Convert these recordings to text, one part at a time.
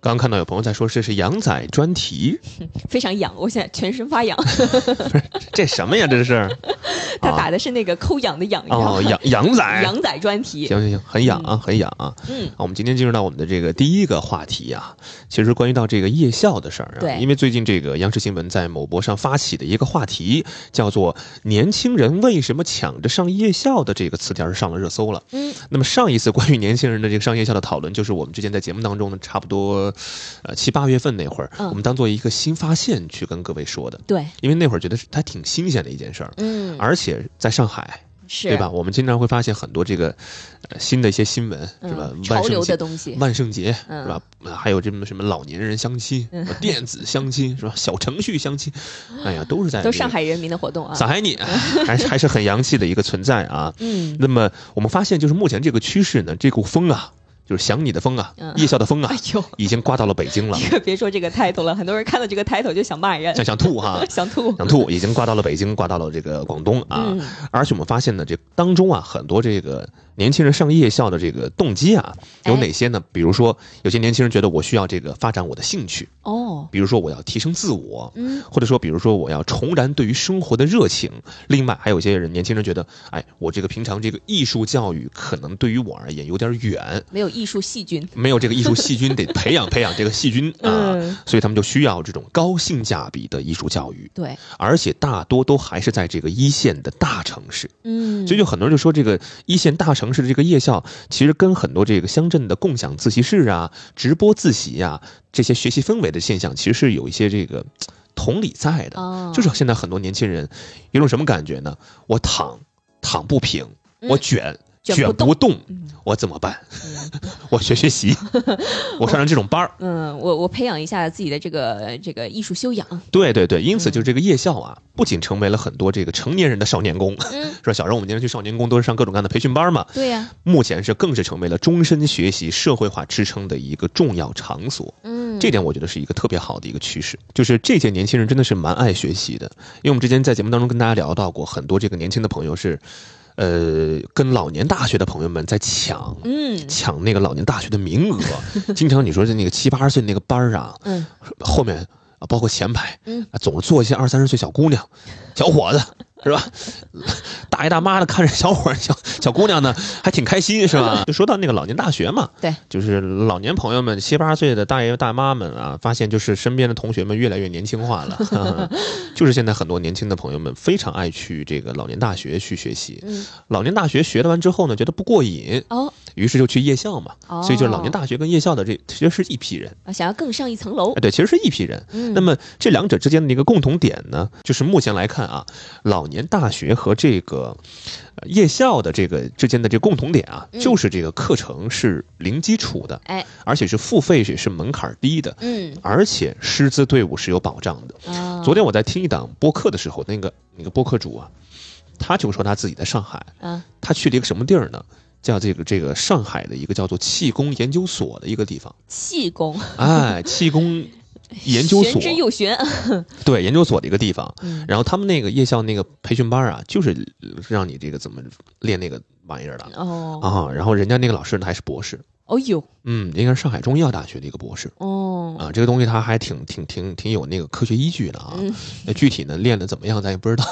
刚刚看到有朋友在说这是杨仔专题，非常痒，我现在全身发痒。啊这什么呀？这是 他打的是那个抠痒的痒，你知道吗哦，杨杨仔，痒仔专题。行行行，很痒啊，很痒啊。嗯啊，我们今天进入到我们的这个第一个话题啊，其实关于到这个夜校的事儿啊，对因为最近这个央视新闻在某博上发起的一个话题，叫做“年轻人为什么抢着上夜校”的这个词条是上了热搜了。嗯，那么上一次关于年轻人的这个上夜校的讨论，就是我们之前在节目当中呢，差不多，呃七八月份那会儿，嗯我们当做一个新发现去跟各位说的，对，因为那会儿觉得是它挺新鲜的一件事儿，嗯，而且在上海。是啊对吧？？我们经常会发现很多这个、呃、新的一些新闻，是吧？嗯，万潮圣流节的东西，万圣节嗯是吧？呃还有这么什么老年人相亲、嗯什么电子相 亲是吧？小程序相亲，哎呀，都是在都这上个海人民的活动啊，上海 你还是还是很洋气的一个存在啊。嗯，那么我们发现，就是目前这个趋势呢，这股风啊，就是想你的风啊，嗯夜校的风啊哎，呦，已经刮到了北京了你，可别说这个 title 了，很多人看到这个 title 就想骂人，想想吐哈、 想吐。哎想吐，已经刮到了北京，刮到了这个广东啊。嗯而且我们发现呢，这当中啊，很多这个年轻人上夜校的这个动机啊，有哎哪些呢？比如说，有些年轻人觉得我需要这个发展我的兴趣，哦，比如说我要提升自我，嗯，或者说，比如说我要重燃对于生活的热情。另外，还有一些人，年轻人觉得，哎，我这个平常这个艺术教育可能对于我而言有点远，没有艺术细菌，没有这个艺术细菌，得培养培养这个细菌啊嗯，所以他们就需要这种高性价比的艺术教育。对，而且大多都还是在这个一线的大城市，嗯，所以就很多人就说，这个一线大城市的这个夜校，其实跟很多这个乡镇的共享自习室啊、直播自习呀、这些学习氛围的现象，其实是有一些这个嘖同理在的。啊哦就是现在很多年轻人有种什么感觉呢？我躺躺不平，嗯我卷。卷卷不动不动嗯，我怎么办？我学 学习，我上上这种班儿。嗯，我我培养一下自己的这个这个艺术修养。对对对，嗯因此就是这个夜校啊，不仅成为了很多这个成年人的少年宫， 嗯，是吧？小时候我们经常去少年宫，都是上各种各样的培训班嘛。对呀、目前是更是成为了终身学习社会化支撑的一个重要场所。嗯，这点我觉得是一个特别好的一个趋势，就是这届年轻人真的是蛮爱学习的。因为我们之前在节目当中跟大家聊到过，很多这个年轻的朋友是，呃，跟老年大学的朋友们在抢。嗯抢那个老年大学的名额， 经常你说这那个七八十岁那个班儿啊，嗯，后面啊，包括前排，嗯啊，总是坐一些二三十岁小姑娘、小伙子，是吧？ 大爷大妈的看着小伙儿、小小姑娘呢，还挺开心，是吧？就 说到那个老年大学嘛，对，就是老年朋友们七八十岁的大爷大妈们啊，发现就是身边的同学们越来越年轻化了， 哈哈就是现在很多年轻的朋友们非常爱去这个老年大学去学习。嗯老年大学学了完之后呢，觉得不过瘾，哦，于是就去夜校嘛。哦所以就是老年大学跟夜校的这其实是一批人，啊，想要更上一层楼哦哎，。对，其实是一批人。嗯，那么这两者之间的一个共同点呢，就是目前来看啊，老年大学和这个呃夜校的这个之间的这个共同点啊，嗯就是这个课程是零基础的，哎，而且是付费也是门槛低的，嗯，而且师资队伍是有保障的。啊，昨天我在听一档播客的时候，那个那个播客主啊，他就说他自己在上海，啊，他去了一个什么地儿呢？叫这个这个上海的一个叫做气功研究所的一个地方，气功哎，气功研究所玄之又玄。对研究所的一个地方，嗯然后他们那个夜校那个培训班啊，就是让你这个怎么练那个玩意儿的哦，啊。然后人家那个老师呢还是博士，哦呦，嗯，应该是上海中医药大学的一个博士哦，啊。这个东西他还挺挺挺挺有那个科学依据的啊。嗯那具体呢练的怎么样咱也不知道，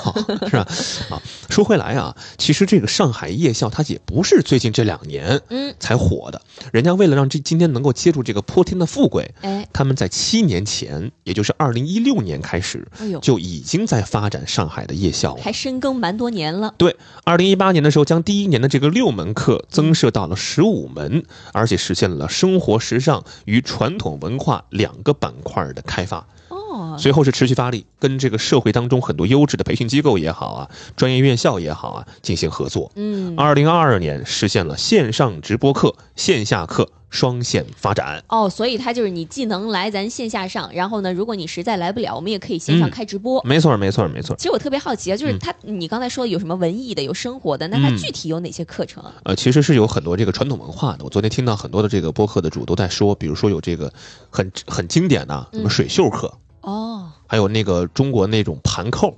是吧？啊，说回来啊，其实这个上海夜校它也不是最近这两年嗯，才火的，人家为了让这今天能够接住这个泼天的富贵，哎，他们在七年前，也就是二零一六年开始。哎呦，就已经在发展上海的夜校了。还深耕蛮多年了。对，二零一八年的时候，将第一年的这个六门课增设到了十五门，而且实现了生活时尚与传统文化两个板块的开发。哦，随后是持续发力，跟这个社会当中很多优质的培训机构也好啊，专业院校也好啊，进行合作。嗯，二零二二年实现了线上直播课、线下课双线发展。哦，所以它就是你既能来咱线下上，然后呢，如果你实在来不了，我们也可以线上嗯开直播。没错儿，没错儿，没错儿。其实我特别好奇啊，就是嗯它，你刚才说有什么文艺的，有生活的，那它嗯具体有哪些课程啊？呃，其实是有很多这个传统文化的。我昨天听到很多的这个播客的主都在说，比如说有这个很很经典的、什么嗯水袖课，哦，还有那个中国那种盘扣，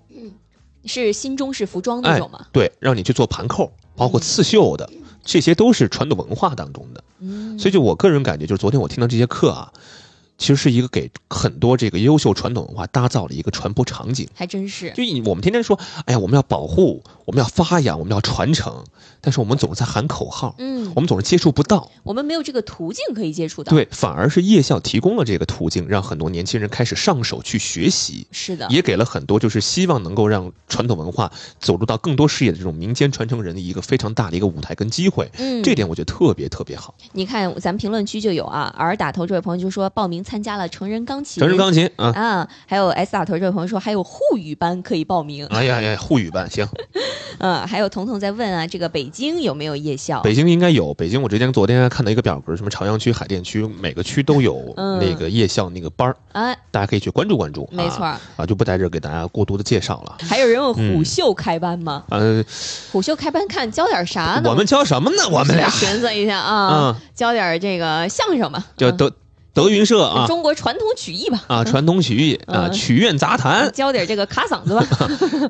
是新中式服装那种吗？对，让你去做盘扣，包括刺绣的，这些都是传统文化当中的。嗯，哎所以就我个人感觉，就是昨天我听到这些课啊，其实是一个给很多这个优秀传统文化搭造了一个传播场景。还真是。就以我们天天说，哎呀，我们要保护，我们要发扬，我们要传承，但是我们总是在喊口号，嗯我，们总是接触不到。我们没有这个途径可以接触到。，对，反而是夜校提供了这个途径，让很多年轻人开始上手去学习，是的。也给了很多就是希望能够让传统文化走入到更多视野的这种民间传承人的一个非常大的一个舞台跟机会。嗯，这点我觉得特别特别好。你看，咱们评论区就有啊。R 打头这位朋友就说报名参加了成人钢琴，成人钢琴 啊，啊，还有 S 打头这位朋友说还有沪语班可以报 名，哎呀呀，沪语班行，嗯，还有彤彤在问啊，这个北京有没有夜校？北京应该有。北京我之前昨天还看到一个表格，什么朝阳区、海淀区，每个区都有嗯那个夜校那个班儿，啊，大家可以去关注关注。没错啊儿，啊，就不在这儿给大家过多的介绍了。还有人问虎嗯嗅开班吗？呃，虎嗅开班看教点啥呢？我们教什么呢？我们俩寻思一下啊啊，教点这个相声吧，叫德德云社啊啊，中国传统曲艺吧，啊，传统曲艺啊，嗯曲苑杂谈。教点这个卡嗓子吧，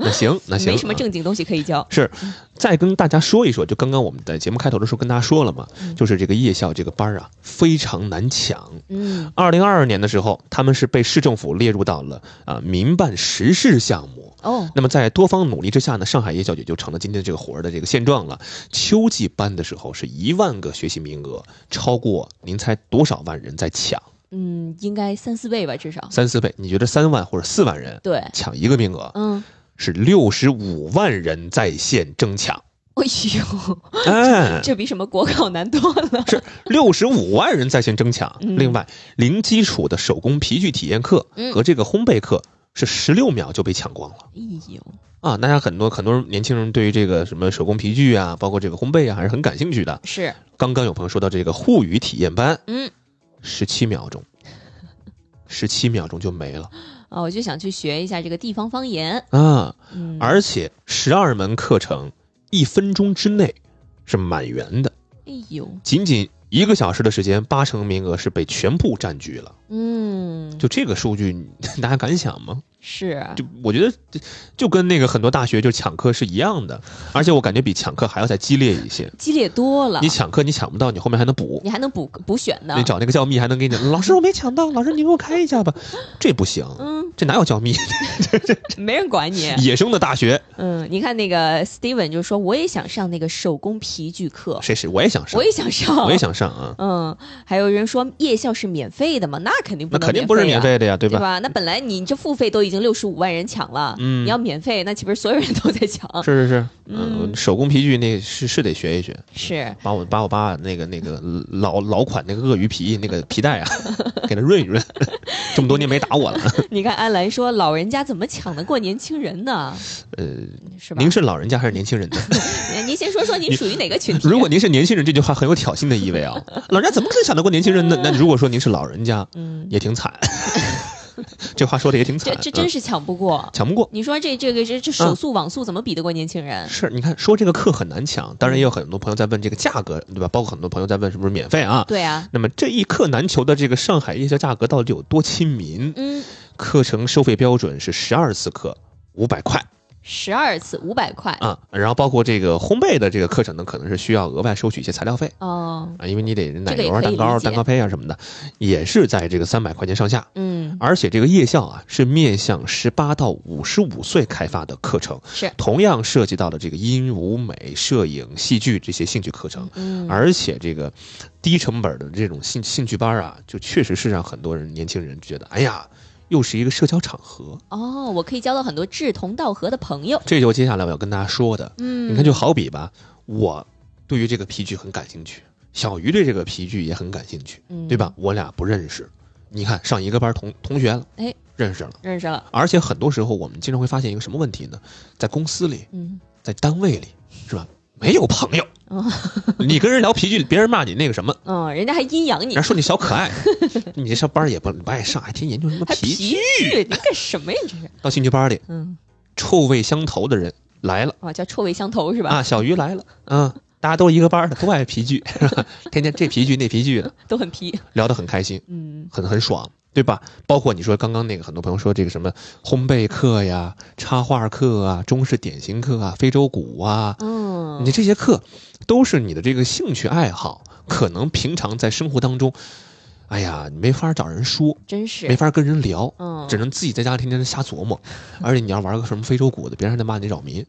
那行，那行，没什么啊正经东西可以教。是，再跟大家说一说，就刚刚我们在节目开头的时候跟大家说了嘛，就是这个夜校这个班儿啊非常难抢。嗯，二零二二年的时候，他们是被市政府列入到了啊、民办实事项目。哦，那么在多方努力之下呢，上海夜校也就成了今天这个活儿的这个现状了。秋季班的时候是一万个学习名额，超过您猜多少万人在抢？嗯，应该三四倍吧，至少。三四倍？你觉得三万或者四万人对，抢一个名额？嗯，是六十五万人在线争抢，哎呦，哎，这比什么国考难多了。是六十五万人在线争抢。嗯另外，零基础的手工皮具体验课嗯和这个烘焙课是十六秒就被抢光了哎呦，啊！大家很多很多年轻人对于这个什么手工皮具啊，包括这个烘焙啊，还是很感兴趣的。是，刚刚有朋友说到这个沪语体验班，嗯，十七秒钟， 十七秒钟就没了啊，我就想去学一下这个地方方言。啊！嗯，而且十二门课程一分钟之内是满员的。哎呦，仅仅一个小时的时间，八成名额是被全部占据了。嗯，就这个数据， 你大家敢想吗？是，啊就我觉得，就就跟那个很多大学就抢课是一样的，而且我感觉比抢课还要再激烈一些。激烈多了。你抢课你抢不到，你后面还能补，你还能补补选呢你。找那个教秘还能给你讲老师我没抢到，老师你给我开一下 吧，这不行，嗯，这哪有教秘？没人管你。野生的大学，嗯，你看那个 Steven 就说，我也想上那个手工皮具课，谁谁我也想上啊我，也想上，我也。想上啊，嗯，还有人说夜校是免费的嘛？那肯定不那能、啊肯定不是免，费的呀，对对吧？吧？那本来你这付费都已经六十五万人抢了，嗯你要免费，那岂不是所有人都在抢？ 是是是，嗯啊嗯，手工皮具那是是得学一学，是，把我把我爸那个那个老老款那个鳄鱼皮那个皮带 啊，给它润一润。 这么多年没打我了， 你看安澜说，老人家怎么抢得过年轻 人呢？呃，是吧？您是老人家还是年轻人呢？您先说说您你属于哪个群体？如果您是年轻人，这句话很有挑衅的意味啊。 老人家怎么可能想得过年轻人呢？那如果说您是老人家，嗯，也挺惨。 这话说的也挺这惨，这真嗯是抢不过。抢不过。你说这这个这这嗯手速网速怎么比得过年轻人？是，你看说这个课很难抢，当然也有很多朋友在问这个价格，对吧？包括很多朋友在问是不是免费啊？对啊，那么这一课难求的这个上海夜校价格到底有多亲民？嗯，课程收费标准是十二次课。五百块十二次五百块啊，然后包括这个烘焙的这个课程呢，可能是需要额外收取一些材料费哦，啊，因为你得奶这个也油啊、可蛋以糕理啊、解蛋糕胚啊什么的，也是在这个三百块钱上下。嗯，而且这个夜校啊，是面向十八到五十五岁开发的课程，是，同样涉及到了这个音舞美、摄影、戏剧这些兴趣课程。嗯，而且这个低成本的这种兴兴趣班啊，就确实是让很多人年轻人觉得，哎呀，又是一个社交场合。哦，我可以交到很多志同道合的朋友。这就接下来我要跟大家说的，嗯，你看，就好比吧，我对于这个皮具很感兴趣，小鱼对这个皮具也很感兴趣，嗯对吧？我俩不认识，你看上一个班同同学了，哎，认识了。认识了，而且很多时候，我们经常会发现一个什么问题呢？在公司里，嗯，在单位里，是吧？没有朋友，哦你跟人聊脾气，别人骂你那个什么，嗯，人家还阴阳 你人家，说你小可爱，你这上班也不不爱上，还天研究什么还脾气皮？具，你干什么呀？你这是，到兴趣班里，嗯，臭味相投的人来了哦，叫臭味相投是吧？啊，小鱼来了啊，大家都一个班的，都爱皮具，是吧 天天这皮具那皮具的，都很皮，聊得很开心，嗯，很很爽，对吧？包括你说刚刚那个，很多朋友说这个什么烘焙课呀、插画课啊、中式点心课啊、非洲鼓啊，嗯你，这些课都是你的这个兴趣爱好，可能平常在生活当中，哎呀，你没法找人说，真没是，法跟人聊，嗯，只能自己在家天天瞎琢磨。而且你要玩个什么非洲鼓的，别人还得骂你扰民，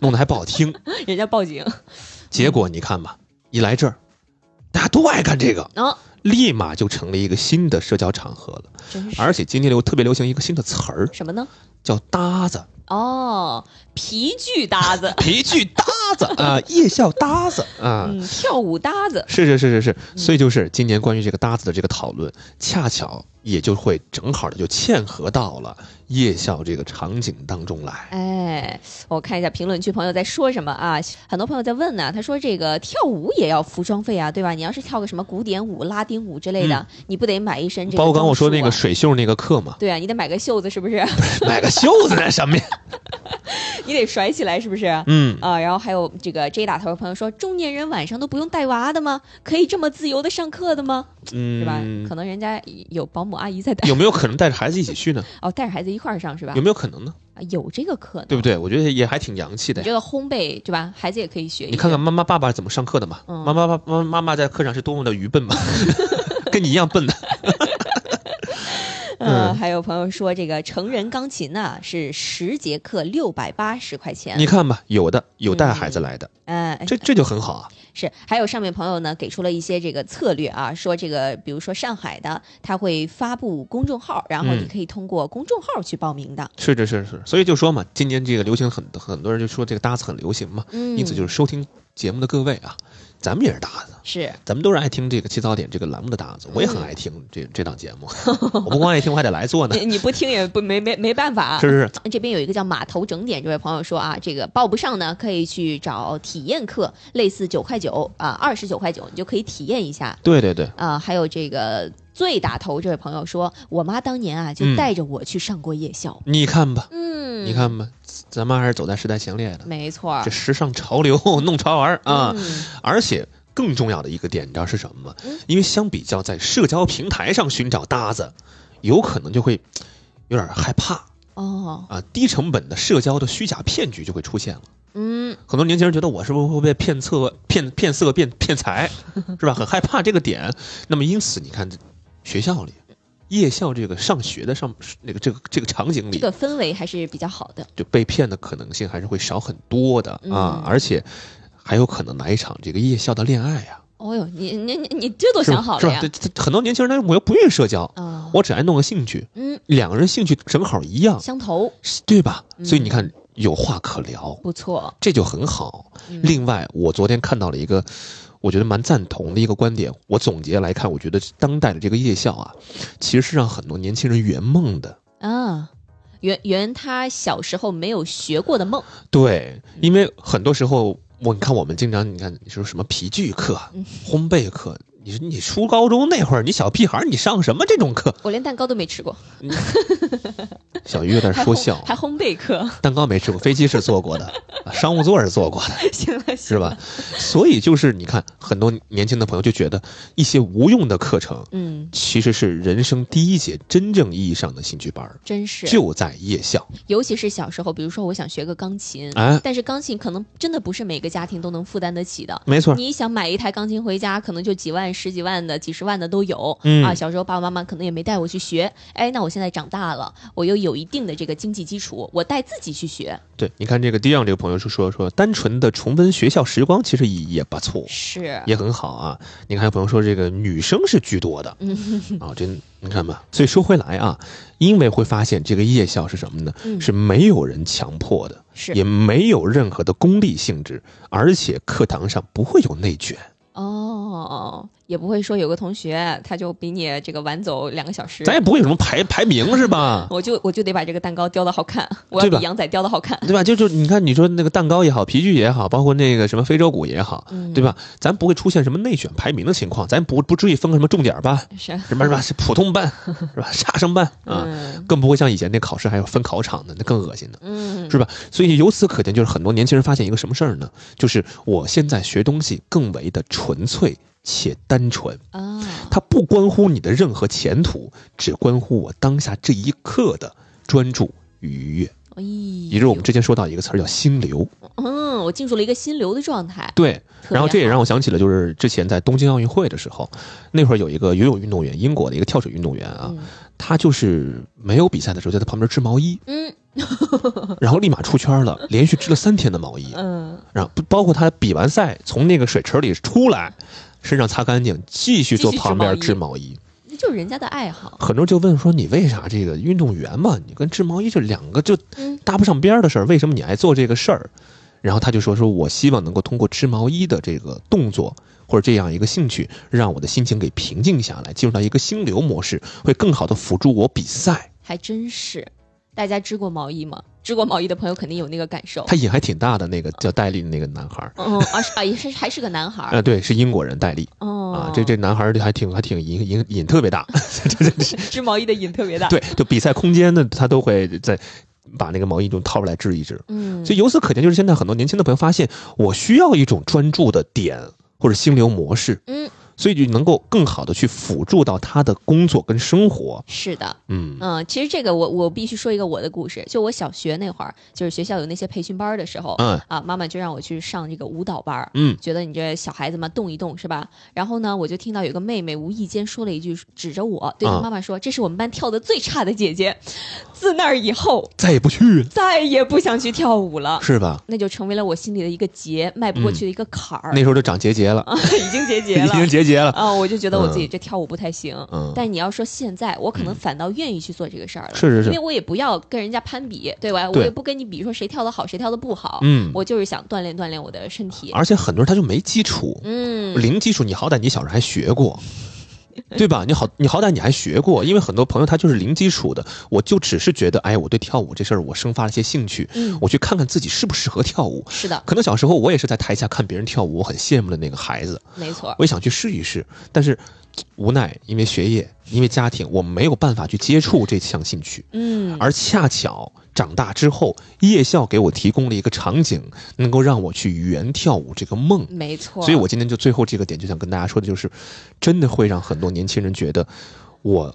弄得还不好听。人家报警，结果你看吧，一来这儿，大家都爱干这个，啊，立马就成了一个新的社交场合了。真是，而且今天流特别流行一个新的词儿，什么呢？叫搭 子。，哦，皮具搭子 皮具搭子啊，夜校搭子啊，嗯，跳舞搭子，是是是是是，所以就是今年关于这个搭子的这个讨论，恰巧也就会正好的就嵌合到了夜校这个场景当中来。哎，我看一下评论区朋友在说什么啊？很多朋友在问呢、他说这个跳舞也要服装费啊，对吧？你要是跳个什么古典舞、拉丁舞之类的，你不得买一身这个、嗯包括刚刚我说那个啊，水袖那个课 嘛，对啊，你得买个袖子是不是？ 买个袖子那什么呀？你得甩起来是不是？嗯，啊，然后还有这个 J 打头的朋友说，中年人晚上都不用带娃的吗？可以这么自由的上课的吗？是吧？嗯，可能人家有保姆阿姨在带，有没有可能带着孩子一起去呢？哦，带着孩子一块儿上是吧有？没有可能呢？啊有这个可能，对不对？我觉得也还挺洋气你的呀。这个烘焙对吧？孩子也可以学一学。你看看妈妈爸爸怎么上课的嘛？嗯妈妈爸妈妈妈在课上是多么的愚笨嘛， 跟你一样 笨的。呃，嗯还有朋友说这个成人钢琴呐、是十节课六百八十块钱。你看吧，有的有带孩子来的，哎，哎这这就很好啊。是还有上面朋友呢给出了一些这个策略啊，说这个比如说上海的，他会发布公众号，然后嗯你可以通过公众号去报名的。是是是是，所以就说嘛，今年这个流行很很多人就说这个搭子很流行嘛，嗯，因此就是收听节目的各位啊，咱们也是搭子，是 咱们都是爱听这个起早点这个栏目的搭子，我嗯也很爱听这这档节目， 我不光爱听，我还得来做 呢。你你不听也不没没没办法。是是是，这边有一个叫码头整点这位朋友说啊，这个报不上呢，可以去找体验课，类似九块九啊，二十九块九，你就可以体验一下。对对对，啊、还有这个最打头这位朋友说，我妈当年啊就嗯带着我去上过夜校。你看吧，嗯，你，看吧，咱们还是走在时代前列的，没错儿这时尚潮流 弄潮玩儿啊，嗯而且。更重要的一个点，你知道是什么吗嗯？因为相比较在社交平台上寻找搭子，有可能就会有点害怕，哦，啊，低成本的社交的虚假骗局就会出现了。嗯，很多年轻人觉得我是不是会被骗色、骗骗色、骗骗 财，是吧？很害怕这个点。那么因此，你看学校里、夜校这个上学的上那个这个这个场景这里，个氛围还是比较好的。就被骗的可能性还是会少很多的啊嗯，而且还有可能来一场这个夜校的恋爱啊呀、哦呦，你你你你这都是吧想好是了吧？呀？对，这很多年轻人他我又不愿意社交，啊，我只爱弄个兴趣，嗯，两个人兴趣正好一样，相投是对吧？嗯所以你看有话可聊，不错。这就很好。嗯另外，我昨天看到了一个，我觉得蛮赞同的一个观点。我总结来看，我觉得当代的这个夜校啊，其实是让很多年轻人圆梦的。啊，圆圆他小时候没有学过的梦。对，嗯因为很多时候，我你看我们经常，你看你说什么皮具课、啊嗯烘焙课，你说你初高中那会儿，你小屁孩儿，你上什么这种课？ 我连蛋糕都没吃过，小鱼有点还说烘笑，啊还烘焙课，蛋糕没吃过，飞机是坐过的， 啊商务座是坐过的。 行了，是吧？所以就是你看，很多年轻的朋友就觉得一些无用的课程，嗯，其实是人生第一节真正意义上的兴趣班儿，真是，就在夜校。尤其是小时候，比如说我想学个钢琴，哎， 但是钢琴可能真的不是每个家庭都能负担得起的。没错，你想买一台钢琴回家，可能就几万、十几万的、几十万的都有、嗯啊。小时候爸爸妈妈可能也没带我去学，哎，那我现在长大了，我又有一定的这个经济基础，我带自己去学，对，你看这个 Dion 这个朋友是说说，单纯的重温学校时光，其实意义也不错，是也很好啊。你看有朋友说这个女生是居多的，嗯啊，这你看吧。所以说回来啊，因为会发现这个夜校是什么呢？嗯是没有人强迫的，是也没有任何的功利性质，而且课堂上不会有内卷。哦，也不会说有个同学他就比你这个晚走两个小时咱，也不会有什么排排名是吧？我就我就得把这个蛋糕雕的 好看，我要对比吧杨仔雕的好看，对吧？就就你看，你说那个蛋糕也好，皮具也好，包括那个什么非洲鼓也好，嗯对吧？咱不会出现什么内选排名的情况，咱不不至于分个什么重点班，嗯是，什 么什么是普通班，是吧？差生班啊，嗯更不会像以前那考试还有分考场的，那更恶心呢。嗯，是吧？所以由此可见，就是很多年轻人发现一个什么事儿呢？就是我现在学东西更为的纯粹且单纯，啊，它不关乎你的任何前途，只关乎我当下这一刻的专注愉悦。也哎一就是我们之前说到一个词儿叫心流，嗯，我进入了一个心流的状态，对。特别然后这也好让我想起了，就是之前在东京奥运会的时候，那会儿有一个游泳运动员，英国的一个跳水运动员啊，他就是没有比赛的时候就在旁边织毛 衣，嗯然后立马出圈了，连续织了三天的毛衣。嗯然后不包括他比完赛从那个水池里出来，身上擦干净，继续坐旁边继续织织毛衣。那就是人家的爱好，很多人就问说：“你为啥这个运动员嘛，你跟织毛衣这两个就嗯搭不上边儿的事儿，为什么你爱做这个事儿？”然后他就说：“说我希望能够通过织毛衣的这个动作或者这样一个兴趣，让我的心情给平静下来，进入到一个心流模式，会更好的辅助我比赛。还真是。大家织过毛衣吗？织过毛衣的朋友肯定有那个感受。他瘾还挺大的，那个叫戴笠的那个男孩儿，嗯，啊是啊，也是还是个男孩儿呃，对，是英国人戴笠哦啊，这这男孩儿还挺还挺瘾瘾瘾特别大。”织毛衣的瘾特别大。对，就比赛空间呢，他都会在把那个毛衣就掏出来织一织。嗯，所以由此可见，就是现在很多年轻的朋友发现，我需要一种专注的点或者心流模式，嗯，所以就能够更好的去辅助到他的工作跟生活。是的，嗯嗯，其实这个我我必须说一个我的故事，就我小学那会儿，就是学校有那些培训班儿的时候，嗯啊，妈妈就让我去上这个舞蹈班儿，嗯觉得你这小孩子嘛动一动是吧？然后呢，我就听到有个妹妹无意间说了一句，指着我对着啊妈妈说：“这是我们班跳的最差的姐姐。”自那儿以后，再也不去了，再也不想去跳舞了。是吧？那就成为了我心里的一个结，迈不过去的一个坎儿那。时候就长结节了， 已经嗯结节 已了，经结节了。啊、我就觉得我自己这跳舞不太行。嗯但你要说现在，我可能反倒愿意去做这个事儿了，是是是因为我也不要跟人家攀比，对吧？我对也不跟你比说谁跳的好，谁跳的不好。嗯啊我就是想锻炼锻炼我的身体。而且很多人他就没基础，嗯，零基础，你好歹你小时候还学过，对吧？你好，你好歹你还学过，因为很多朋友他就是零基础的，我就只是觉得，哎，我对跳舞这事儿我生发了一些兴趣，嗯我去看看自己适不适合跳舞。是的，可能小时候我也是在台下看别人跳舞，我很羡慕的那个孩子，没错。我也想去试一试，但是嘖无奈因为学业，因为家庭，我没有办法去接触这项兴趣。嗯，而恰巧长大之后，夜校给我提供了一个场景，能够让我去圆跳舞这个梦。没错。所以我今天就最后这个点就想跟大家说的就是，真的会让很多年轻人觉得，我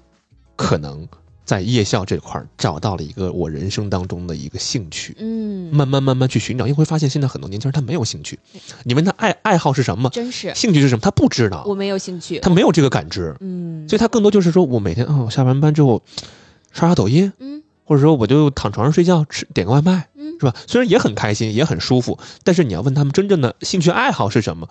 可能在夜校这块儿找到了一个我人生当中的一个兴趣。嗯，慢慢慢慢去寻找，因为会发现现在很多年轻人他没有兴趣。你问他爱爱好是什么，真是兴趣是什么，他不知道我，没有兴趣。他没有这个感知，嗯所以他更多就是说我每天啊、我下完班之后刷刷抖音，嗯或者说我就躺床上睡觉，吃点个外卖，嗯是吧？虽然也很开心，也很舒服，但是你要问他们真正的兴趣爱好是什么，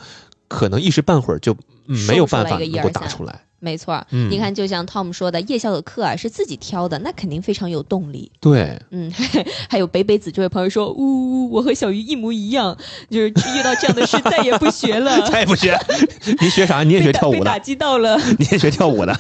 可能一时半会儿就嗯说不没有出来办法一个一能够二打三出来。没错。嗯你看，就像 Tom 说的，夜校的课啊是自己挑的，那肯定非常有动力。对，嗯， 还有北北子这位朋友说，呜呜，呜，我和小鱼一模一样，就是遇到这样的事再也不学 了。再也不学，你学啥？你也被学打跳 被舞打的，击到了，你也学跳舞 的。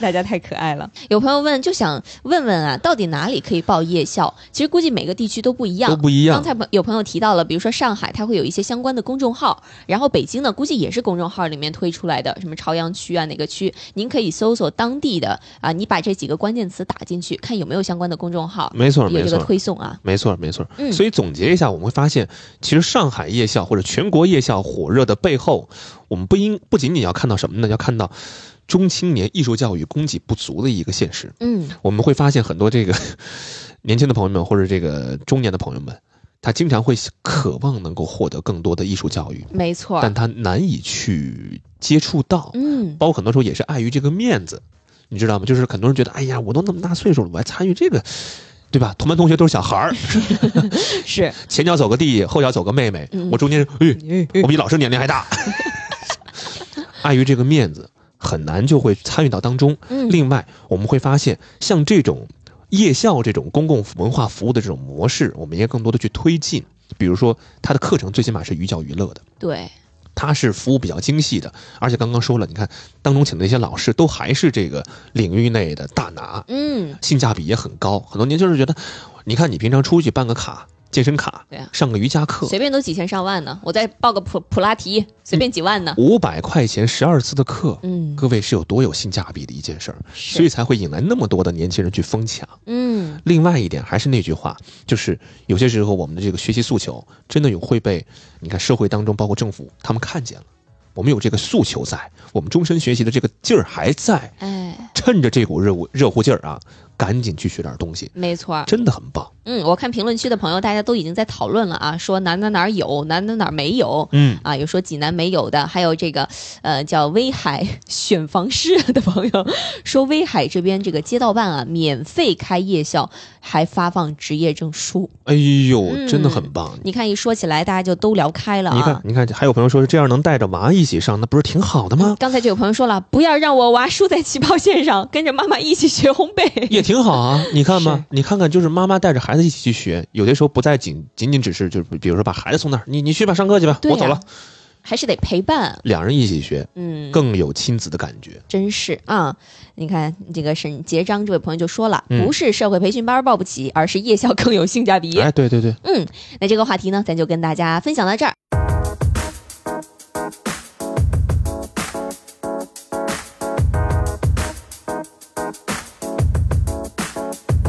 大家太可爱了。有朋友问，就想问问啊，到底哪里可以报夜校？其实估计每个地区都不一样，都不一样刚才朋有朋友提到了，比如说上海，它会有一些相关的公众号，然后北京呢，估计也是公众号里面推出来的，什么朝阳区啊，哪个区？您可以搜索当地的啊，你把这几个关键词打进去，看有没有相关的公众号，没错，有嗯没这个错。推送啊。没错，没错。嗯所以总结一下，我们会发现，其实上海夜校或者全国夜校火热的背后，我们不应不仅仅要看到什么呢？要看到中青年艺术教育供给不足的一个现实。 嗯，我们会发现很多这个 年轻的朋友们或者这个中年的朋友们，他经常会渴望能够获得更多的艺术教育，没错。但他难以去接触到，嗯，包括很多时候也是碍于这个面子，你知道吗？就是很多人觉得，哎呀，我都那么大岁数了，我还参与这个。对吧？同班同学都是小孩儿，是，前脚走个弟弟，后脚走个妹妹，嗯我中间是，哎，我比老师年龄还 大。碍于这个面子，很难就会参与到当中。嗯另外，我们会发现，像这种夜校这种公共文化服务的这种模式，我们应该更多的去推进。比如说，它的课程最起码是寓教于乐的，对，它是服务比较精细的，而且刚刚说了，你看当中请的那些老师都还是这个领域内的大拿，嗯，性价比也很高。很多年轻人觉得，你看你平常出去办个卡，健身卡，对啊上个瑜伽课，随便都几千上万呢，我再报个普普拉提，随便几万呢，五百块钱十二次的课，嗯，各位是有多有性价比的一件事儿，所以是，才会引来那么多的年轻人去疯抢。嗯，另外一点还是那句话，就是有些时候我们的这个学习诉求真的有会被你看社会当中，包括政府他们看见了，我们有这个诉求在，我们终身学习的这个劲儿还在，哎，趁着这股热乎热乎劲儿啊，赶紧去学点东西，没错儿，真的很棒。嗯，我看评论区的朋友，大家都已经在讨论了啊，说哪哪哪儿有，哪哪哪儿没有。嗯，啊，有说济南没有的，还有这个，呃，叫威海 选房师的朋友说，威海这边这个街道办啊，免费开夜校，还发放职业证书。哎呦，嗯真的很棒。你看一说起来，大家就都聊开了你看啊，。你看，还有朋友说是这样能带着娃一起上，那不是挺好的吗？刚才就有朋友说了，不要让我娃输在起跑线上，跟着妈妈一起学烘 焙。也挺好啊，你看吧是，你看看，就是妈妈带着孩子一起去学，有的时候不再仅仅仅只是就是，比如说把孩子送那儿，你你去吧，上课去吧，对我走呀了，还是得陪伴，两人一起学，嗯，更有亲子的感觉。真是啊！你看这个沈杰章这位朋友就说了，嗯不是社会培训班报不起，而是夜校更有性价比。哎，对对对，嗯，那这个话题呢，咱就跟大家分享到这儿。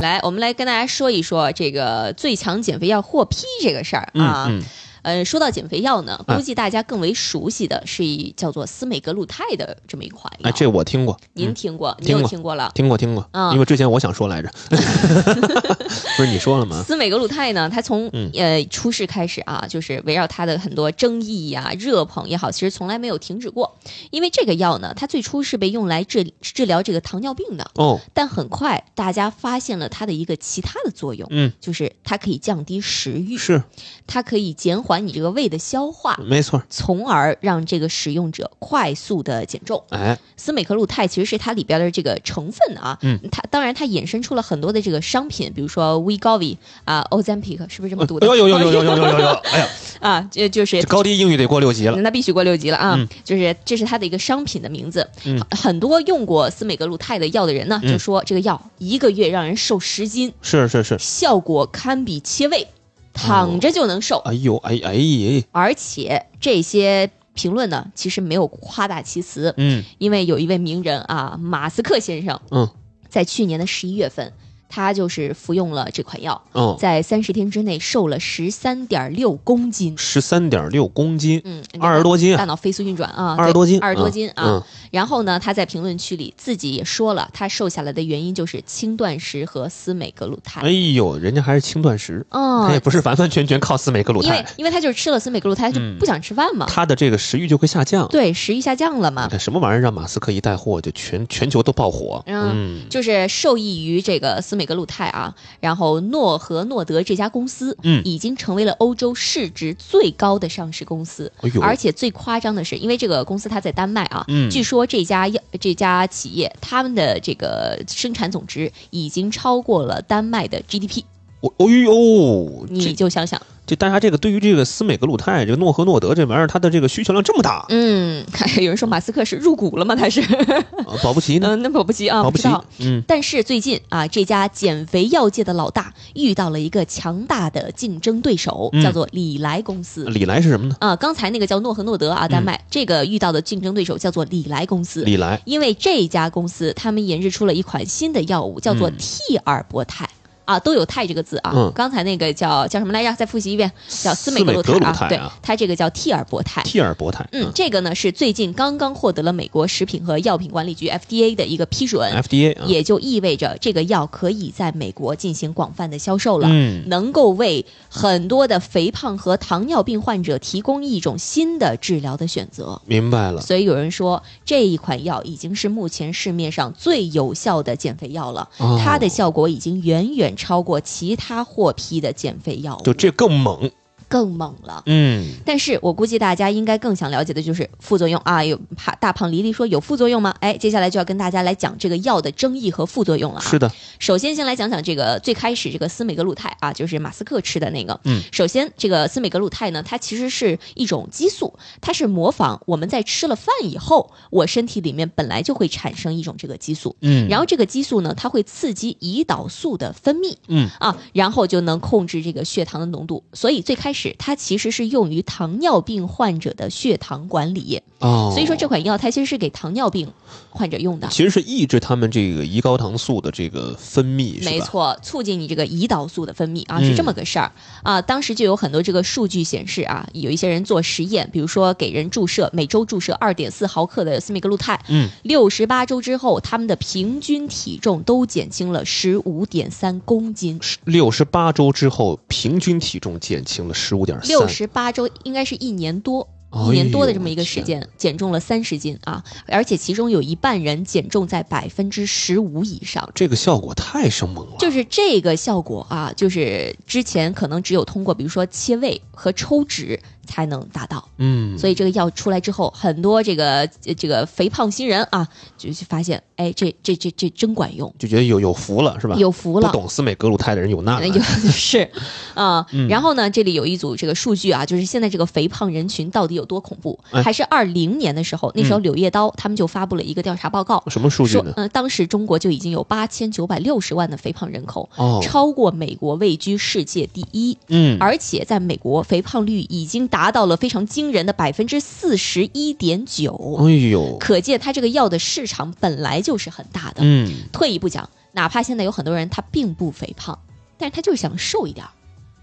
来，我们来跟大家说一说这个最强减肥药获批这个事儿嗯啊。嗯，呃，说到减肥药呢，哎估计大家更为熟悉的是一叫做司美格鲁肽的这么一款药。哎，这我听过，您嗯听过，你听有过听过了？听过听过，嗯因为之前我想说来 着，不是你说了吗？司美格鲁肽呢，它从、嗯呃出世开始啊，就是围绕它的很多争议呀、热捧也好，其实从来没有停止过。因为这个药呢，它最初是被用来治治疗这个糖尿病的，哦，但很快大家发现了它的一个其他的作用，嗯，就是它可以降低食欲，是它可以减缓你这个胃的消化。没错，从而让这个使用者快速的减重。哎，司美格鲁肽其实是它里边的这个成分啊，嗯，它当然它衍生出了很多的这个商品，比如说 Wegovy 啊，Ozempic 是不是这么读的？哎呦呦呦呦呦呦呦呦，哎呀， 啊，这就是这高低英语得过六级了，那必须过六级了啊！嗯就是这是它的一个商品的名字。嗯很很多用过司美格鲁肽的药的人呢，嗯就说这个药一个月让人瘦十斤，是是是，效果堪比切胃，躺着就能瘦，哎呦哎哎哎，而且这些。评论呢，其实没有夸大其词，嗯因为有一位名人啊，马斯克先生，嗯在去年的十一月份，他就是服用了这款药，哦，在三十天之内瘦了十三点六公斤。十三点六公斤，嗯，二十多斤大啊，脑飞速运转啊，二十多斤，二十多斤啊。嗯，然后呢，他在评论区里自己也说了，他瘦下来的原因就是轻断食和司美格鲁哎肽。呦，人家还是轻断食，他也嗯，不是完完全全靠司美格鲁因为肽，因为他就是吃了司美格鲁肽，他就嗯不想吃饭嘛。他的这个食欲就会下降。对，食欲下降了你嘛，看什么玩意儿让马斯克一带货就全全球都爆火？嗯嗯，就是受益于这个司美格鲁肽啊。然后诺和诺德这家公司，嗯已经成为了欧洲市值最高的上市公司。哎呦，而且最夸张的是，因为这个公司它在丹麦啊，嗯据说这家药这家企业他们的这个生产总值已经超过了丹麦的 GDP，我哎呦，你这就想想，这大家这个对于这个司美格鲁肽、这个诺和诺德这玩意儿，它的这个需求量这么大，嗯， 有人说马斯克是入股了吗？他是，啊保不齐呢，嗯，那保不齐啊，保不知齐道。，嗯，但是最近啊，这家减肥药界的老大遇到了一个强大的竞争对手，嗯叫做李来公司。李来是什么呢？啊，刚才那个叫诺和诺德啊，丹麦、这个遇到的竞争对手叫做李来公司。嗯李来，因为这家公司他们研制出了一款新的药物，叫做嗯替尔博肽。啊，都有肽这个字啊。嗯刚才那个叫叫什么来着？再复习一遍，叫司美格鲁斯美格鲁啊。肽啊对，它这个叫替尔博肽。替尔博肽，嗯，这个呢是最近刚刚获得了美国食品和药品管理局 FDA 的一个批准， ，FDA 啊，也就意味着这个药可以在美国进行广泛的销售了。嗯，能够为很多的肥胖和糖尿病患者提供一种新的治疗的选择。明白了，所以有人说，这一款药已经是目前市面上最有效的减肥药了，哦它的效果已经远远超过其他获批的减肥药物。就这更猛，更猛了。嗯，但是我估计大家应该更想了解的就是副作用啊，有怕大胖黎黎说有副作用吗？哎，接下来就要跟大家来讲这个药的争议和副作用了啊。是的，首先先来讲讲这个最开始这个司美格鲁肽啊，就是马斯克吃的那个。嗯，首先这个司美格鲁肽呢，它其实是一种激素，它是模仿我们在吃了饭以后，我身体里面本来就会产生一种这个激素。嗯，然后后这个激素呢，它会刺激胰岛素的分泌，嗯啊，然后就能控制这个血糖的浓度。所以最开始它其实是用于糖尿病患者的血糖管理，哦，所以说这款药它其实是给糖尿病患者用的。其实是抑制他们这个胰高糖素的这个分泌，是没吧，嗯错，促进你这个胰岛素的分泌啊，是这么个事儿、啊。当时就有很多这个数据显示啊，有一些人做实验，比如说给人注射每周注射二点四毫克的司美格鲁肽，嗯，六十八周之后，他们的平均体重都减轻了十五点三公斤。六十八周之后，平均体重减轻了十五点三，哎六十八周应该是一年多，一年多的这么一个时间，减重了三十斤啊！而且其中有一半人减重在百分之十五以上。这个效果太生猛了，就是这个效果啊，就是之前可能只有通过比如说切胃和抽脂才能达到，嗯，所以这个药出来之后，很多这个呃这个肥胖新人啊，就就发现，哎，这这这这真管用，就觉得有有福了，是吧？有福了 不。懂司美格鲁肽的人有难呃了有 是，啊、嗯然后呢，这里有一组这个数据啊，就是现在这个肥胖人群到底有多恐怖？哎还是二零年的时候，那时候柳叶刀他们就发布了一个调查报告，什么数据说，呢？呃，当时中国就已经有八千九百六十万的肥胖人口，哦，超过美国，位居世界第一。嗯，而且在美国，肥胖率已经达到了非常惊人的百分之四十一点九，哎呦，可见它这个药的市场本来就是很大的。嗯，退一步讲，哪怕现在有很多人他并不肥胖，但是他就是想瘦一点儿，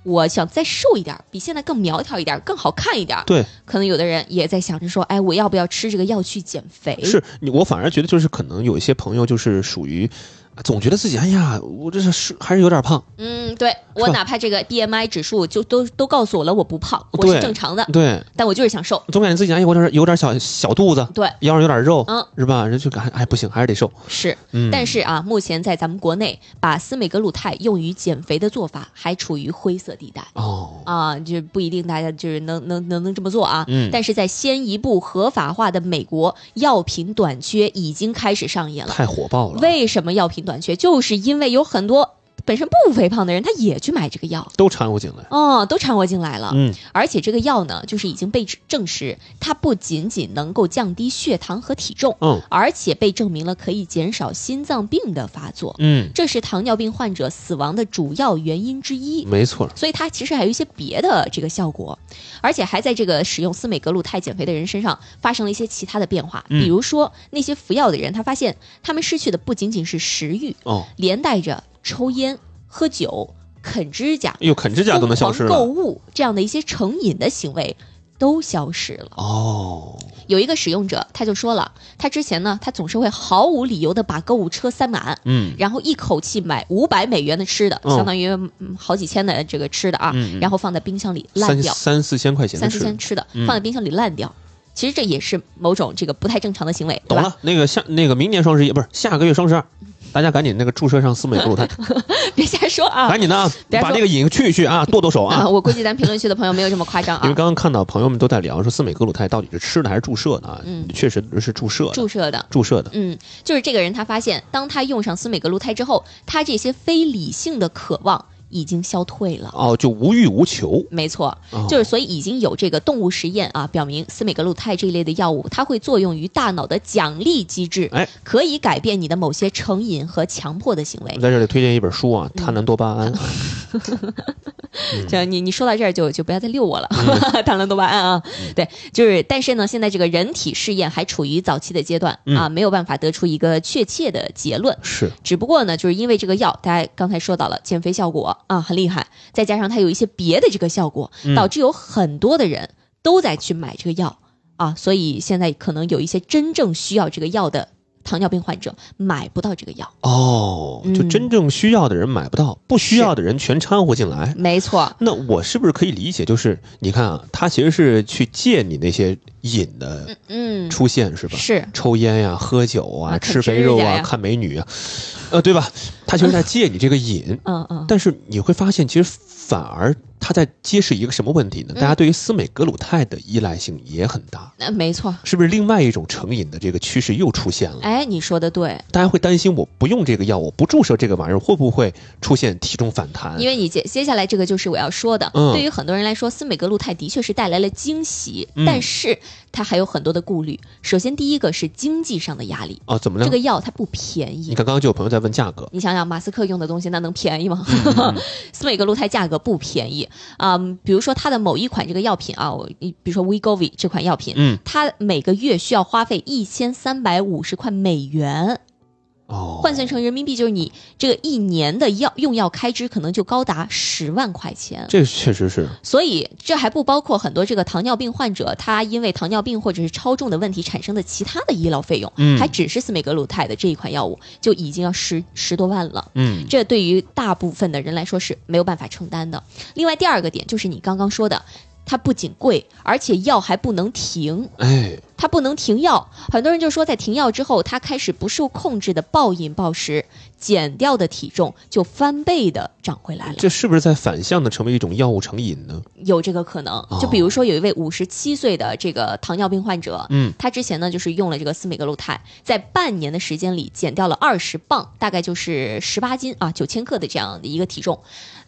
我想再瘦一点儿，比现在更苗条一点儿，更好看一点儿。对，可能有的人也在想着说，哎，我要不要吃这个药去减肥？是你，我反而觉得就是可能有一些朋友就是属于，啊总觉得自己哎呀，我这是是还是有点胖，嗯，对我是吧哪怕这个 BMI 指数就都都告诉我了，我不胖，我是对正常的，对，但我就是想瘦。总感觉自己哎，我有点有点小小肚子，对，腰上有点肉，嗯，是吧？人就感哎不行，还是得瘦，是，嗯，但是啊，目前在咱们国内把司美格鲁肽用于减肥的做法还处于灰色地带。哦，啊，就不一定大家就是能能能能这么做啊。嗯但是在先一步合法化的美国，药品短缺已经开始上演了。太火爆了，为什么药品短缺？就是因为有很多本身不肥胖的人，他也去买这个药。都掺和进来，哦，都掺和进来了，嗯，而且这个药呢，就是已经被指证实，它不仅仅能够降低血糖和体重，嗯而且被证明了可以减少心脏病的发作，嗯，这是糖尿病患者死亡的主要原因之一。没错，所以它其实还有一些别的这个效果，而且还在这个使用司美格鲁肽减肥的人身上发生了一些其他的变化，嗯比如说那些服药的人，他发现他们失去的不仅仅是食欲，哦，连带着抽烟、喝酒、啃指甲、哎呦，啃指甲都能消失疯狂购了，物这样的一些成瘾的行为都消失了。哦，有一个使用者他就说了，他之前呢，他总是会毫无理由的把购物车塞满，嗯然后一口气买五百美元的吃的，哦相当于、嗯、好几千的这个吃的啊，嗯嗯然后放在冰箱里烂三掉，三四千块钱的三四事，千吃的、嗯放在冰箱里烂掉。其实这也是某种这个不太正常的行为，对懂吧？ 了，那个下那个明年双十一不是下个月双十二，大家赶紧那个注射上司美格鲁肽，别瞎说啊赶紧的啊，别说把这个瘾去一去啊，剁剁手啊！啊。我估计咱评论区的朋友没有这么夸张 因为啊，刚刚看到朋友们都在聊说司美格鲁肽到底是吃的还是注射的啊？嗯确实是注射的，注射的。注射的。嗯，就是这个人，他发现，当他用上司美格鲁肽之后，他这些非理性的渴望已经消退了。哦，就无欲无求，没错，哦就是所以已经有这个动物实验啊，表明司美格鲁肽这一类的药物，它会作用于大脑的奖励机制，哎可以改变你的某些成瘾和强迫的行我为们。在这里推荐一本书啊，《嗯贪婪多巴胺》。嗯就你你说到这儿就就不要再溜我了， 谈论多巴胺啊，对，就是但是呢，现在这个人体试验还处于早期的阶段、嗯啊，没有办法得出一个确切的结论。是，只不过呢，就是因为这个药，大家刚才说到了减肥效果啊很厉害，再加上它有一些别的这个效果，嗯导致有很多的人都在去买这个药啊，所以现在可能有一些真正需要这个药的糖尿病患者买不到这个药。哦，就嗯真正需要的人买不到，不需要的人全掺和进来。没错，那我是不是可以理解，就是你看啊，他其实是去借你那些瘾的嗯，出现，是吧？是抽烟呀、喝酒啊、啊吃啃肥肉指甲啊、呀看美女啊，呃，对吧？他其实在戒你这个瘾，嗯嗯，但是你会发现，其实反而他在揭示一个什么问题呢？嗯大家对于司美格鲁肽的依赖性也很大，那没错。是不是？另外一种成瘾的这个趋势又出现了，哎，你说的对，大家会担心我不用这个药，我不注射这个玩意儿，会不会出现体重反弹？因为你接接下来这个就是我要说的。嗯对于很多人来说，司美格鲁肽的确是带来了惊喜，嗯但是它还有很多的顾虑。首先，第一个是经济上的压力，啊，怎么呢？这个药它不便宜你。看，刚刚就有朋友在问价格，你想想，马斯克用的东西，那能便宜吗？ 嗯司美格鲁肽价格不便宜啊、嗯比如说它的某一款这个药品啊，我比如说 Wegovy 这款药品，嗯，它每个月需要花费一千三百五十块美元，哦，换算成人民币就是你这个一年的药用药开支可能就高达十万块钱。这确实是，所以这还不包括很多这个糖尿病患者，他因为糖尿病或者是超重的问题产生的其他的医疗费用，嗯还只是司美格鲁肽的这一款药物就已经要十十多万了。嗯这对于大部分的人来说是没有办法承担的。另外，第二个点就是你刚刚说的，它不仅贵，而且药还不能停，哎，它不能停药。很多人就说，在停药之后，他开始不受控制的暴饮暴食，减掉的体重就翻倍的涨回来了，这是不是在反向的成为一种药物成瘾呢？有这个可能。就哦比如说，有一位五十七岁的这个糖尿病患者，嗯，他之前呢就是用了这个司美格鲁肽，在半年的时间里减掉了二十磅，大概就是十八斤啊，九千克的这样的一个体重。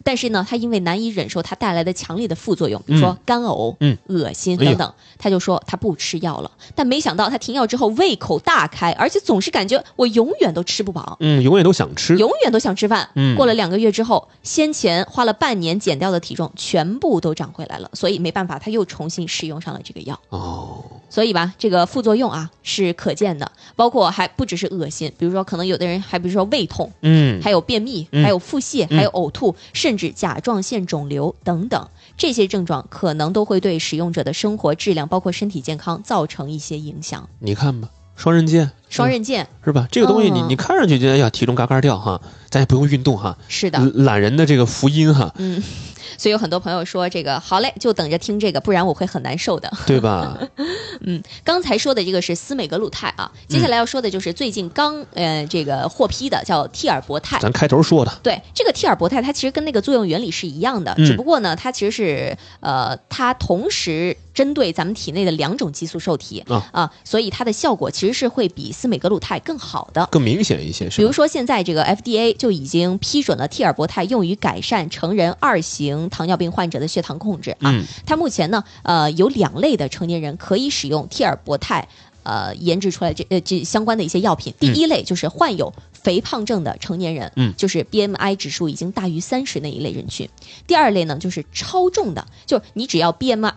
但是呢，他因为难以忍受它带来的强烈的副作用，比如说干呕、嗯恶心哎呀等等，他就说他不吃药了。但没想到他停药之后胃口大开，而且总是感觉我永远都吃不饱。嗯，永远都想吃，永远都想吃饭。嗯过了两个月之后，先前花了半年减掉的体重全部都涨回来了，所以没办法，他又重新使用上了这个药。哦，所以吧，这个副作用啊是可见的，包括还不只是恶心，比如说可能有的人还比如说胃痛，嗯，还有便秘，嗯还有腹泻，嗯还有呕吐，甚至甲状腺肿瘤等等，这些症状可能都会对使用者的生活质量，包括身体健康造成一些影响。你看吧，双刃剑，双刃剑、是吧？这个东西你嗯你看上去觉得哎呀体重嘎嘎掉哈，咱也不用运动哈，是的，懒懒人的这个福音 哈，嗯，所以有很多朋友说这个好嘞，就等着听这个，不然我会很难受的。对吧？刚才说的这个是司美格鲁肽啊，接下来要说的就是最近刚呃这个获批的叫替尔博肽。咱开头说的，对，这个替尔博肽它其实跟那个作用原理是一样的，嗯只不过呢，它其实是呃，它同时针对咱们体内的两种激素受体啊所以它的效果其实是会比司美格鲁肽更好的。更明显一些，比是如吧？说，现在这个 FDA 就已经批准了替尔博肽用于改善成人二型糖尿病患者的血糖控制啊。嗯它目前呢，呃，有两类的成年人可以使用替尔博肽。呃，研制出来这呃这相关的一些药品，第一类就是患有肥胖症的成年人，嗯就是 BMI 指数已经大于三十那一类人群。第二类呢，就是超重的，就是你只要 BMI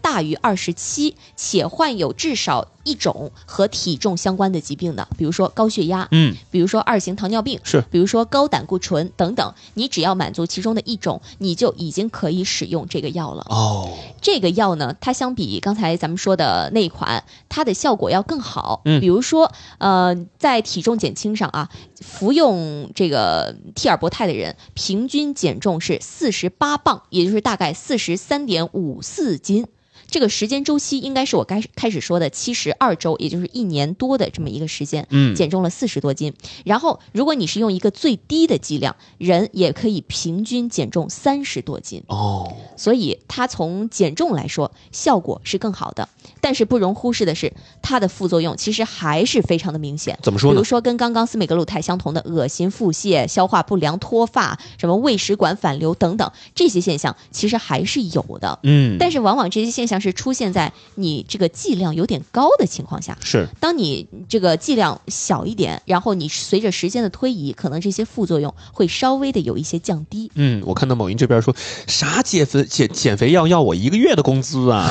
大于二十七，且患有至少一种和体重相关的疾病的，比如说高血压，嗯，比如说二型糖尿病，是比如说高胆固醇等等，你只要满足其中的一种，你就已经可以使用这个药了。哦，这个药呢，它相比刚才咱们说的那一款，它的效果要更好。嗯比如说，呃，在体重减轻上啊，服用这个替尔博肽的人，平均减重是四十八磅，也就是大概四十三点五四斤。这个时间周期应该是我开开始说的七十二周，也就是一年多的这么一个时间。嗯，减重了四十多斤。然后，如果你是用一个最低的剂量，人也可以平均减重三十多斤。哦，所以，它从减重来说效果是更好的。但是不容忽视的是，它的副作用其实还是非常的明显。怎么比说呢如？说，跟刚刚司美格鲁肽相同的恶心、腹泻、消化不良、脱发、什么胃食管反流等等这些现象，其实还是有的。嗯，但是，往往这些现象是出现在你这个剂量有点高的情况下。是当你这个剂量小一点，然后你随着时间的推移，可能这些副作用会稍微的有一些降低。嗯，我看到某音这边说啥减肥减减肥药要我一个月的工资 啊，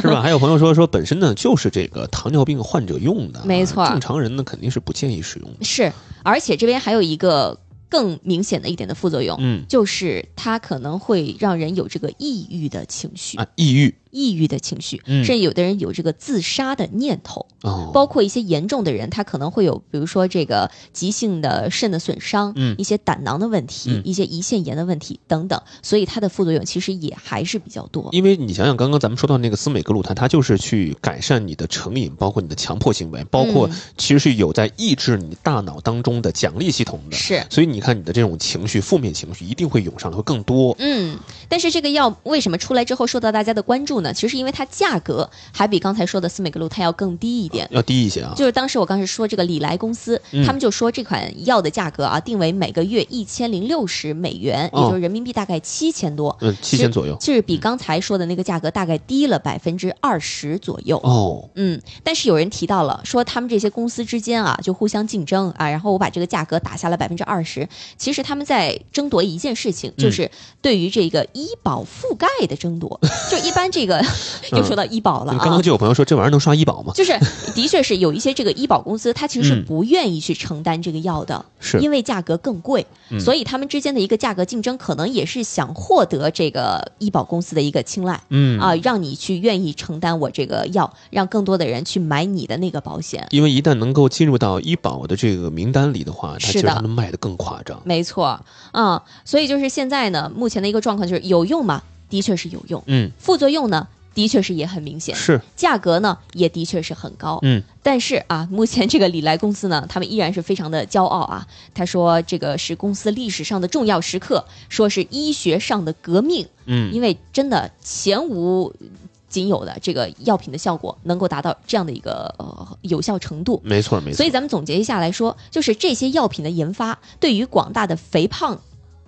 是吧？还有朋友说说本身呢就是这个糖尿病患者用的啊，没错正常人呢肯定是不建议使用的。是，而且这边还有一个更明显的一点的副作用，嗯就是它可能会让人有这个抑郁的情绪。啊，抑郁抑郁的情绪，嗯甚至有的人有这个自杀的念头。哦，包括一些严重的人，他可能会有，比如说这个急性的肾的损伤，嗯一些胆囊的问题，嗯一些胰腺炎的问题等等，所以它的副作用其实也还是比较多。因为你想想，刚刚咱们说到那个斯美格鲁肽，它就是去改善你的成瘾，包括你的强迫行为，包括嗯其实是有在抑制你大脑当中的奖励系统的。是，所以你看，你的这种情绪、负面情绪一定会涌上来，会更多。嗯，但是这个药为什么出来之后受到大家的关注呢？其实是因为它价格还比刚才说的斯美格鲁肽要更低一点。要低一些啊，就是当时我刚才说这个李来公司，嗯他们就说这款药的价格啊，定为每个月一千零六十美元，哦也就是人民币大概七千多，嗯，七千左右。就是比刚才说的那个价格大概低了百分之二十左右。哦，嗯，但是有人提到了，说他们这些公司之间啊，就互相竞争啊，然后我把这个价格打下了百分之二十。其实他们在争夺一件事情，嗯就是对于这个医保覆盖的 争夺。就一般这个又说到医保了嗯刚啊，刚就有朋友说这玩意儿能刷医保吗？就是的确是有一些这个医保公司，它其实是嗯不愿意去承担这个药的，是因为价格更贵，嗯所以他们之间的一个价格竞争，可能也是想获得这个医保公司的一个青睐。嗯啊，让你去愿意承担我这个药，让更多的人去买你的那个保险。因为一旦能够进入到医保的这个名单里的话，它是其实的能卖得更夸张。没错，嗯，所以就是现在呢，目前的一个状况就是有用吗？的确是有用，嗯，副作用呢，的确是也很明显，是，价格呢也的确是很高。嗯，但是啊，目前这个李来公司呢，他们依然是非常的骄傲啊。他说这个是公司历史上的重要时刻，说是医学上的革命，嗯，因为真的前无仅有的这个药品的效果能够达到这样的一个呃有效程度。没错，没错。所以咱们总结一下来说，就是这些药品的研发对于广大的肥胖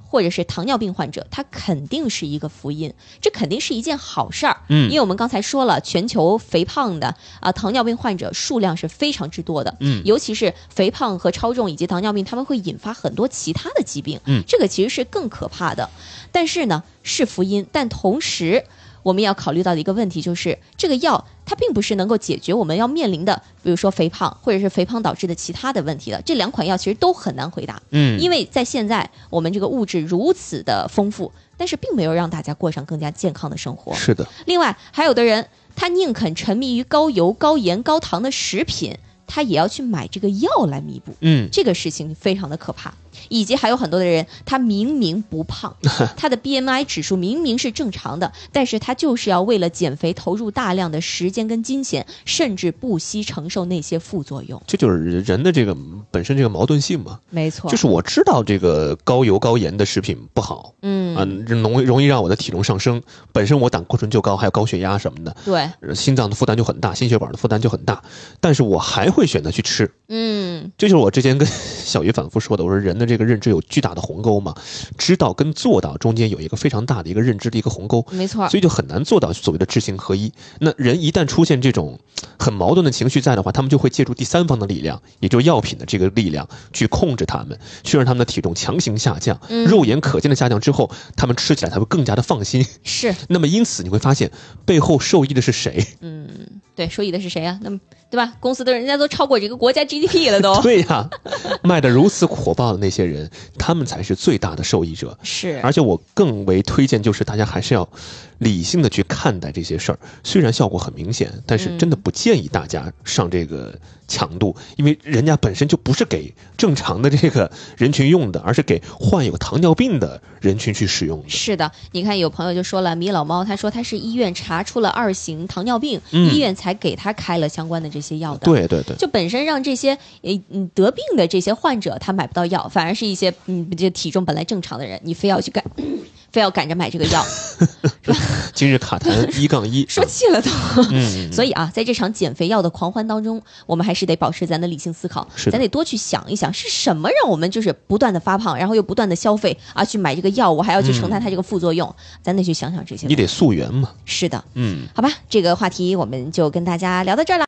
或者是糖尿病患者，它肯定是一个福音，这肯定是一件好事儿。嗯因为我们刚才说了，全球肥胖的啊、糖尿病患者数量是非常之多的，嗯尤其是肥胖和超重以及糖尿病，他们会引发很多其他的疾病，嗯这个其实是更可怕的。但是呢，是福音，但同时我们要考虑到的一个问题就是，这个药它并不是能够解决我们要面临的，比如说肥胖或者是肥胖导致的其他的问题的。这两款药其实都很难回答，嗯，因为在现在我们这个物质如此的丰富，但是并没有让大家过上更加健康的生活。是的，另外，还有的人他宁肯沉迷于高油、高盐、高糖的食品，他也要去买这个药来弥补。嗯，这个事情非常的可怕，以及还有很多的人，他明明不 胖，他的 BMI 指数明明是正常的，但是他就是要为了减肥投入大量的时间跟金钱，甚至不惜承受那些副作用。这就是人的这个本身这个矛盾性嘛。没错就是我知道这个高油高盐的食品不好，啊，嗯，容易容易让我的体重上升，本身我胆固醇就高，还有高血压什么的，对，呃心脏的负担就很大，心血管的负担就很大，但是我还会选择去吃，嗯，这就是我之前跟 小鱼反复说的，我说人的这个认知有巨大的鸿沟嘛，知道跟做到中间有一个非常大的一个认知的一个鸿沟，没错所，以就很难做到所谓的知行合一。那人一旦出现这种很矛盾的情绪在的话，他们就会借助第三方的力量，也就是药品的这个力量，去控制他们，去让他们的体重强行下降，嗯肉眼可见的下降之后，他们吃起来才会更加的放心。是，那么因此你会发现，背后受益的是谁？ 嗯，对，说益的是谁啊？那么对吧？公司的人家都超过这个国家 GDP 了都， 对呀、卖的如此火爆的那些人，他们才是最大的受益者。是，而且我更为推荐，就是大家还是要理性的去看待这些事儿。虽然效果很明显，但是真的不建议大家上这个强度，因为人家本身就不是给正常的这个人群用的，而是给患有糖尿病的人群去使用的。是的，你看有朋友就说了，米老猫他说他是医院查出了二型糖尿病，嗯医院才给他开了相关的这些药的。，对对对，就本身让这些诶嗯得病的这些患者他买不到药，反而是一些嗯这体重本来正常的人，你非要去赶， 非要赶着买这个 药，今日卡痰一杠一，说气了都。嗯，所以啊，在这场减肥药的狂欢当中，我们还是得保持咱的理性思考，是的咱得多去想一想，是什么让我们就是不断的发胖，然后又不断的消费啊，去买这个药，我还要去承担它这个副作用，咱得去想想这些嗯你东西。得溯源嘛，是的。嗯。好吧，这个话题我们就跟大家聊到这儿了。